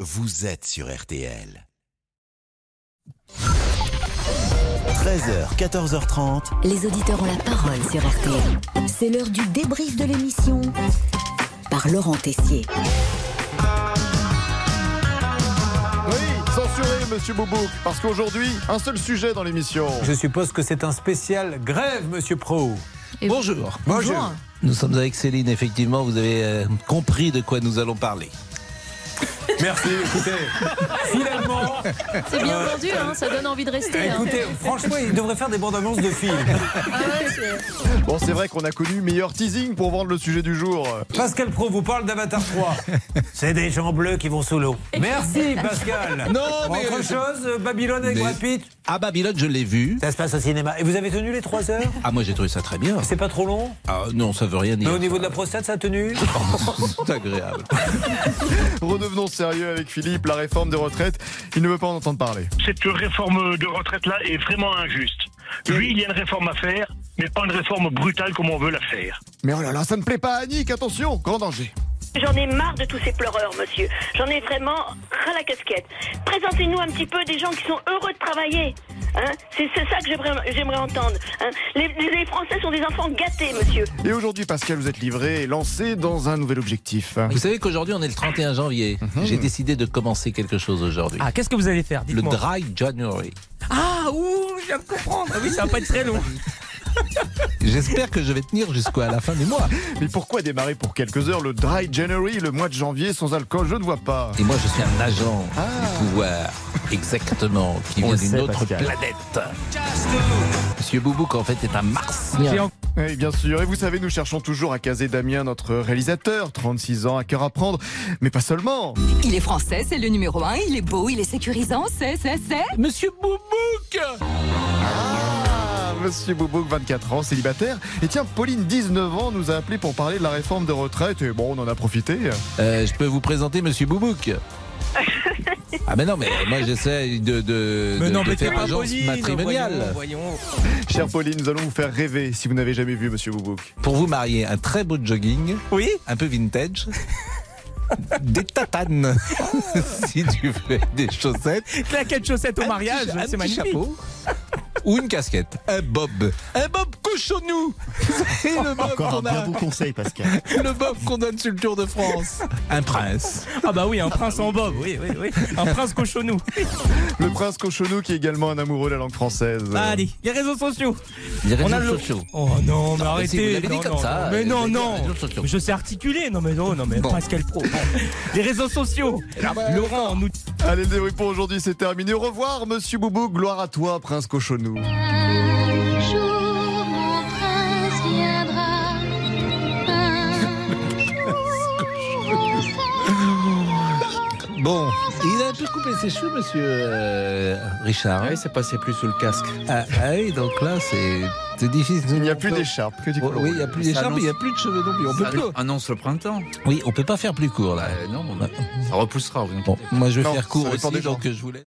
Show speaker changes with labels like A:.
A: vous êtes sur RTL. 13h, 14h30.
B: Les auditeurs ont la parole sur RTL. C'est l'heure du débrief de l'émission par Laurent Tessier.
C: Oui, censuré, monsieur Boubouk, parce qu'aujourd'hui, un seul sujet dans l'émission.
D: Je suppose que c'est un spécial grève, monsieur Pro.
E: Bonjour.
D: Bonjour.
E: Nous sommes avec Céline, effectivement, vous avez euh, compris de quoi nous allons parler.
D: Merci, écoutez. Finalement,
F: C'est bien vendu, hein, ça donne envie de rester. hein.
D: écoutez, franchement, il devrait faire des bandes annonces de films.
C: Bon, c'est vrai qu'on a connu meilleur teasing pour vendre le sujet du jour.
D: Pascal Pro vous parle d'Avatar 3. C'est des gens bleus qui vont sous l'eau. Merci, Pascal.
E: Non, mais-
D: Autre chose, euh, Babylone avec
E: Mais-
D: Brad Pitt.
E: À Babylone, je l'ai vu.
D: Ça se passe au cinéma. Et vous avez tenu les 3 heures
E: Ah, moi, j'ai trouvé ça très bien.
D: C'est pas trop long
E: Ah, non, Ah, ça veut rien
D: Mais
E: dire.
D: au niveau de la prostate, ça a tenu
E: C'est agréable.
C: Redevenons sérieux avec Philippe, la réforme des retraites, il ne veut pas en entendre parler.
G: cette réforme de retraite-là est vraiment injuste. Lui, il y a une réforme à faire, mais pas une réforme brutale comme on veut la faire.
C: Mais oh là là, ça ne plaît pas à Annick, attention, grand danger.
H: J'en ai marre de tous ces pleureurs, monsieur. J'en ai vraiment ras la casquette. Présentez-nous un petit peu des gens qui sont heureux de travailler. Hein c'est c'est ça que j'aimerais j'aimerais entendre. hein. les, les Français sont des enfants gâtés, monsieur.
C: Et aujourd'hui, Pascal, vous êtes livré et lancé dans un nouvel objectif.
E: Vous savez qu'aujourd'hui, on est le 31 janvier. J'ai décidé de commencer quelque chose aujourd'hui.
I: Ah, qu'est-ce que vous allez faire
E: le
I: Dites-moi.
E: Dry January.
I: Ah, ouh, je viens de comprendre. Ah oui, ça va pas être très long.
E: J'espère que je vais tenir jusqu'à la fin du mois.
C: Mais pourquoi démarrer pour quelques heures le Dry January, le mois de janvier, sans alcool Je ne vois pas.
E: Et moi, je suis un agent du pouvoir, exactement, qui
C: Ah.
E: vient
C: On le
E: d'une
C: sait,
E: autre
C: Pascal.
E: planète. Monsieur Boubouk, en fait, est un
I: J'ai
E: martien.
I: en-
C: Oui, bien sûr. Et vous savez, nous cherchons toujours à caser Damien, notre réalisateur, 36 ans, à cœur à prendre. Mais pas seulement.
B: Il est français, c'est le numéro 1, il est beau, il est sécurisant, c'est, c'est, c'est.
E: Monsieur Boubouk
C: Ah, Monsieur Boubouk, 24 ans, célibataire. Et tiens, Pauline, 19 ans, nous a appelé pour parler de la réforme de retraite. Et bon, on en a profité.
E: Euh, je peux vous présenter Monsieur Boubouk Ah mais non mais moi j'essaie de, de, de, de faire
I: pas
E: agence
I: Pauline,
E: matrimoniale.
I: Voyons, voyons.
C: Chère Pauline, nous allons vous faire rêver si vous n'avez jamais vu Monsieur Boubouk.
E: Pour vous marier, un très beau jogging,
I: Oui
E: un peu vintage, des tatanes, si tu veux, des chaussettes,
I: Claquette chaussette au mariage,
E: un
I: c'est
E: petit
I: magnifique.
E: chapeau. Ou une casquette, un bob, un bob cochonou, c'est le bob qu'on a,
A: conseil, Pascal.
E: le bob qu'on donne sur le Tour de France, un prince.
I: Ah bah oui, un prince en bob, oui, oui, oui. Un prince cochonou.
C: Le prince Cochonou, qui est également un amoureux de la langue française.
I: Allez, les réseaux sociaux.
E: Les
I: On a le- Oh non, mais, arrêtez.
E: si vous l'avez dit
I: non,
E: comme
I: non,
E: ça,
I: Mais
E: euh,
I: non,
E: les
I: non.
E: réseaux sociaux.
I: Je sais articuler. Non, mais oh, non, non, mais
E: Bon.
I: Pascal Pro. bon. Les réseaux sociaux. Laurent, nous.
C: Allez, le débrief pour aujourd'hui, c'est terminé. Au revoir, Monsieur Boubouk. Gloire à toi, prince Cochonou.
F: hein.
J: Un jour mon prince viendra.
E: Bon, il a un peu coupé ses cheveux, monsieur euh, Richard. hein.
I: Ah c'est passé plus sous le casque.
E: Ah, ah oui, donc là, c'est c'est difficile.
C: Il n'y a plus d'écharpe que du
E: Oh, Oui, il n'y a plus d'écharpe,
I: annonce-
E: il n'y a plus de cheveux non plus. On peut plus.
I: annonce le printemps. Euh,
E: Oui, on peut pas faire plus court là.
I: non, ça repoussera.
E: Bon, moi je vais
C: Non,
E: faire
C: ça
E: court
C: dépend
E: aussi,
C: des gens.
E: donc euh, je voulais.